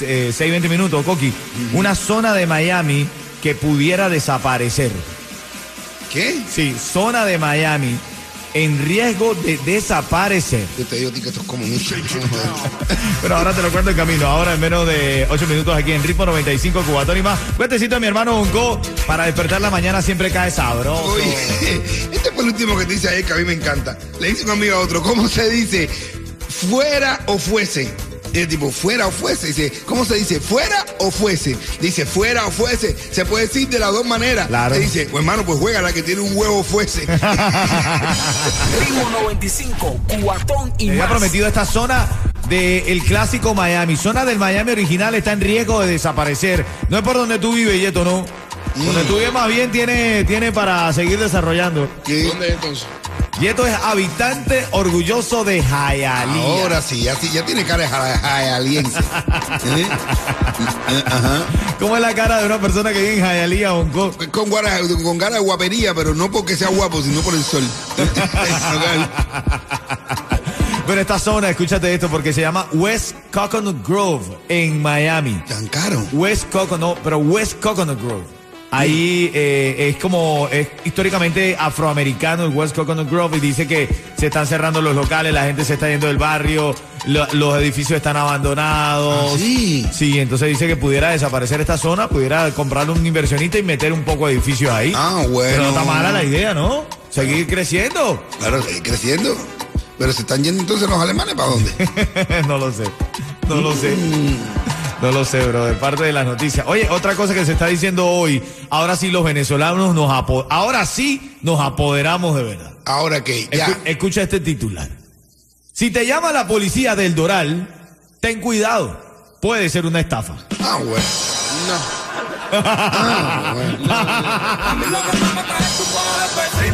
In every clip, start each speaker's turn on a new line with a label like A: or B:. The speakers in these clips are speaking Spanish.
A: eh, 6, 20 minutos, Coqui, una zona de Miami que pudiera desaparecer.
B: ¿Qué?
A: Sí, zona de Miami en riesgo de desaparecer.
B: Yo te digo a ti que esto es comunista.
A: Pero ahora te lo cuento en camino. Ahora en menos de 8 minutos aquí en Ritmo 95 Cubatón y más. Cuentecito a mi hermano Bonco para despertar la mañana siempre cae sabroso.
B: Oye, este fue el último que te hice ayer que a mí me encanta. Le dice un amigo a otro, ¿cómo se dice? Fuera o fuese. Y el tipo, fuera o fuese. Dice, ¿cómo se dice? Fuera o fuese. Dice, fuera o fuese. Se puede decir de las dos maneras.
A: Claro.
B: Te dice, pues hermano, pues juega la que tiene un huevo fuese.
C: Ritmo 95, cuatón y
A: Me había
C: más.
A: eh, prometido esta zona del clásico Miami. Zona del Miami original está en riesgo de desaparecer. No es por donde tú vives, Yeto, no. Donde tú vives más bien tiene, tiene para seguir desarrollando.
B: ¿Qué?
D: ¿Dónde es entonces?
A: Yeto es habitante orgulloso de Hialeah.
B: Ahora sí, ya, sí, ya tiene cara de jala- jayaliense. ¿Eh? Ah, Ajá. Pues,
A: ¿Cómo es la cara de una persona que vive en Hialeah, Bonco?
B: Con, guara- con cara de guapería, pero no porque sea guapo, sino por el sol.
A: Pero esta zona, escúchate esto, porque se llama West Coconut Grove en Miami.
B: Tan caro.
A: West Coconut, pero West Coconut Grove. Ahí eh, es como es históricamente afroamericano el West Coconut Grove y dice que se están cerrando los locales, la gente se está yendo del barrio, lo- los edificios están abandonados.
B: ¿Ah, sí?
A: Sí, entonces dice que pudiera desaparecer esta zona, pudiera comprarle un inversionista y meter un poco de edificios ahí.
B: Ah, bueno.
A: Pero no está mala la idea, ¿no? Seguir creciendo.
B: Claro, sigue creciendo. Pero se están yendo entonces los alemanes para dónde?
A: no lo sé. No lo sé. No lo sé, bro, de parte de las noticias. Oye, otra cosa que se está diciendo hoy, ahora sí los venezolanos nos apo- ahora sí nos apoderamos de verdad.
B: Ahora que
A: Escu-
B: ya.
A: Escucha este titular. Si te llama la policía del Doral, ten cuidado. Puede ser una estafa.
B: Ah, bueno.
D: No.
B: Ah, bueno.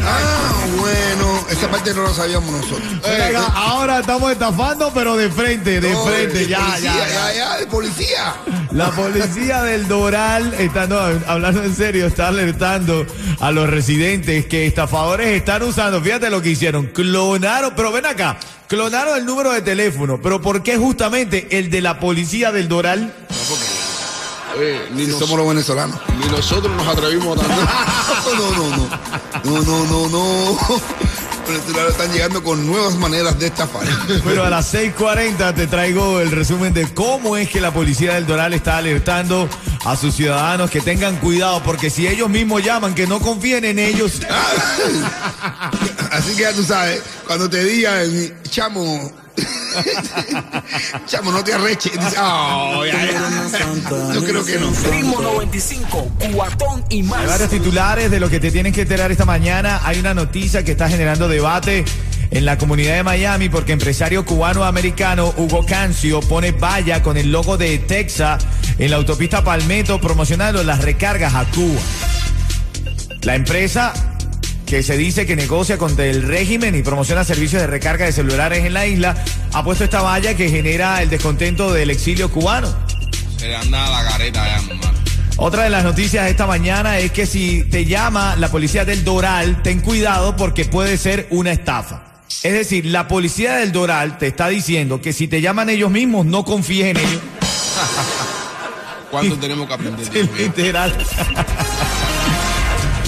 B: Ah, bueno. Esa parte no la sabíamos nosotros. Eh,
A: Venga, ahora estamos estafando, pero de frente, de
B: No,
A: frente,
B: de
A: ya,
B: eh, policía,
A: ya, ya.
B: ya, ya, de policía.
A: La policía del Doral, está, no, hablando en serio, está alertando a los residentes que estafadores están usando, fíjate lo que hicieron, clonaron, pero ven acá, clonaron el número de teléfono, pero ¿por qué justamente el de la policía del Doral?
D: Oye, Eh, ni,
B: Si
D: nos-
B: somos los venezolanos.
D: ni nosotros nos atrevimos a tanto.
B: No, no, no. No, no, no, no. Pero estos lados están llegando con nuevas maneras de estafar.
A: Pero a las 6.40 te traigo el resumen de cómo es que la policía del Doral está alertando a sus ciudadanos que tengan cuidado, porque si ellos mismos llaman, que no confíen en ellos.
B: Así que ya tú sabes, cuando te digan, chamo, chamo, no te arreches. Dices, "Ah, ya, ya". Yo creo que no.
C: Ritmo 95, cuatón y
A: Hay
C: más.
A: varios titulares de lo que te tienes que enterar esta mañana. Hay una noticia que está generando debate en la comunidad de Miami porque empresario cubano-americano Hugo Cancio pone valla con el logo de Texas en la autopista Palmetto promocionando las recargas a Cuba. La empresa que se dice que negocia contra el régimen y promociona servicios de recarga de celulares en la isla ha puesto esta valla que genera el descontento del exilio cubano.
D: Se le Eh, anda la careta ya, hermano.
A: Otra de las noticias de esta mañana es que si te llama la policía del Doral, ten cuidado porque puede ser una estafa. Es decir, la policía del Doral te está diciendo que si te llaman ellos mismos, no confíes en ellos.
D: ¿Cuánto tenemos que aprender?
A: Sí, Literal.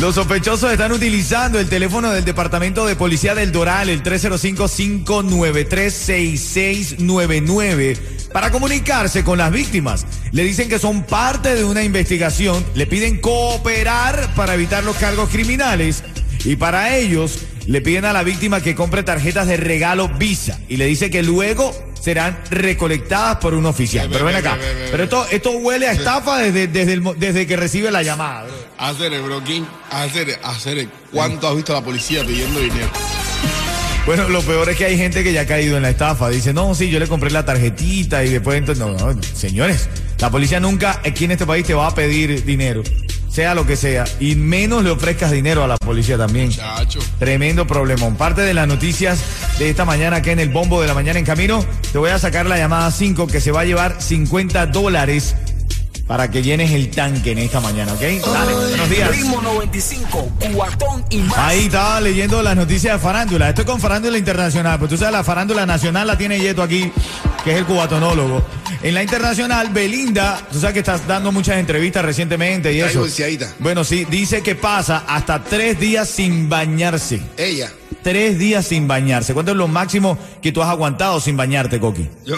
A: Los sospechosos están utilizando el teléfono del Departamento de Policía del Doral, el 305-593-6699, para comunicarse con las víctimas. Le dicen que son parte de una investigación, le piden cooperar para evitar los cargos criminales y para ellos le piden a la víctima que compre tarjetas de regalo Visa y le dice que luego serán recolectadas por un oficial.
D: Ve, ve,
A: Pero ven
D: ve,
A: acá,
D: ve, ve, ve.
A: pero esto, esto huele a estafa desde, desde, el mo- desde que recibe la llamada. bro.
D: Hacer, bro, ¿quién? Hacer, hacer. ¿Cuánto has visto a la policía pidiendo dinero?
A: Bueno, lo peor es que hay gente que ya ha caído en la estafa. Dice, no, sí, yo le compré la tarjetita y después entonces. No, no, señores, la policía nunca aquí en este país te va a pedir dinero, sea lo que sea, y menos le ofrezcas dinero a la policía también.
D: Chacho.
A: Tremendo problemón. Parte de las noticias de esta mañana acá en el bombo de la mañana en camino. Te voy a sacar la llamada 5 que se va a llevar 50 dólares para que llenes el tanque en esta mañana, ¿ok? Dale, buenos días.
C: Ritmo 95, cuatón y más.
A: Ahí estaba leyendo las noticias de farándula. Estoy con farándula internacional, pero tú sabes, la farándula nacional la tiene Yeto aquí, que es el cubatonólogo. En la internacional, Belinda, tú sabes que estás dando muchas entrevistas recientemente y
B: Está
A: eso.
B: divorciadita.
A: Bueno, sí, dice que pasa hasta tres días sin bañarse.
B: Ella.
A: Tres días sin bañarse. ¿Cuánto es lo máximo que tú has aguantado sin bañarte, Coqui?
B: Yo.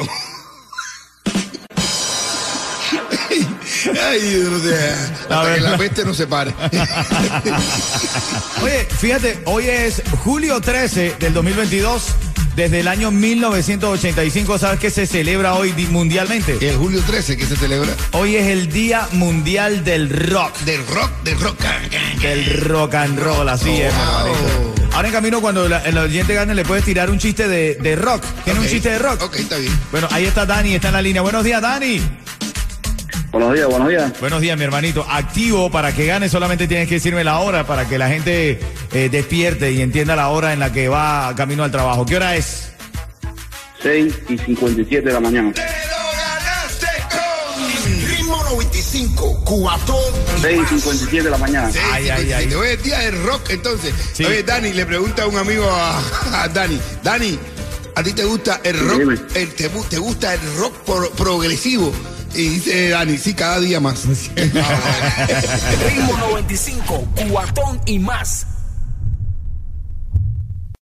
B: Ay, yo no sé,
A: La
B: hasta que
A: verdad.
B: la peste no se pare.
A: Oye, fíjate, hoy es julio 13 del 2022. Desde el año 1985, ¿sabes qué se celebra hoy di- mundialmente?
B: El julio 13 que se celebra
A: Hoy es el Día Mundial del Rock.
B: del rock, del rock.
A: Del rock and roll, así es,
B: Wow.
A: mi hermanito. Ahora en camino, cuando la- el oyente gane, le puedes tirar un chiste de, de rock. ¿Tiene
B: Ok.
A: un chiste de rock?
B: Ok, está bien.
A: Bueno, ahí está Dani, está en la línea. Buenos días, Dani.
E: Buenos días, buenos días.
A: Buenos días, mi hermanito. Activo para que gane, solamente tienes que decirme la hora para que la gente eh, despierte y entienda la hora en la que va camino al trabajo. ¿Qué hora es?
E: 6 y 57 de la mañana.
B: ¡Te lo ganaste con!
C: Ritmo 95, cuatón y
E: 6 y
C: más.
E: 57 de la mañana.
B: Sí,
A: Ay, ay, ay.
B: Hoy es día del rock, entonces.
A: Sí.
B: Oye, Dani, le pregunta a un amigo a, a Dani. Dani, ¿a ti te gusta el rock?
E: Dime.
B: El, te, gu- te gusta el rock pro- progresivo? Y dice Dani, sí, Ah, cada día más.
C: Ritmo 95, cuatón y más.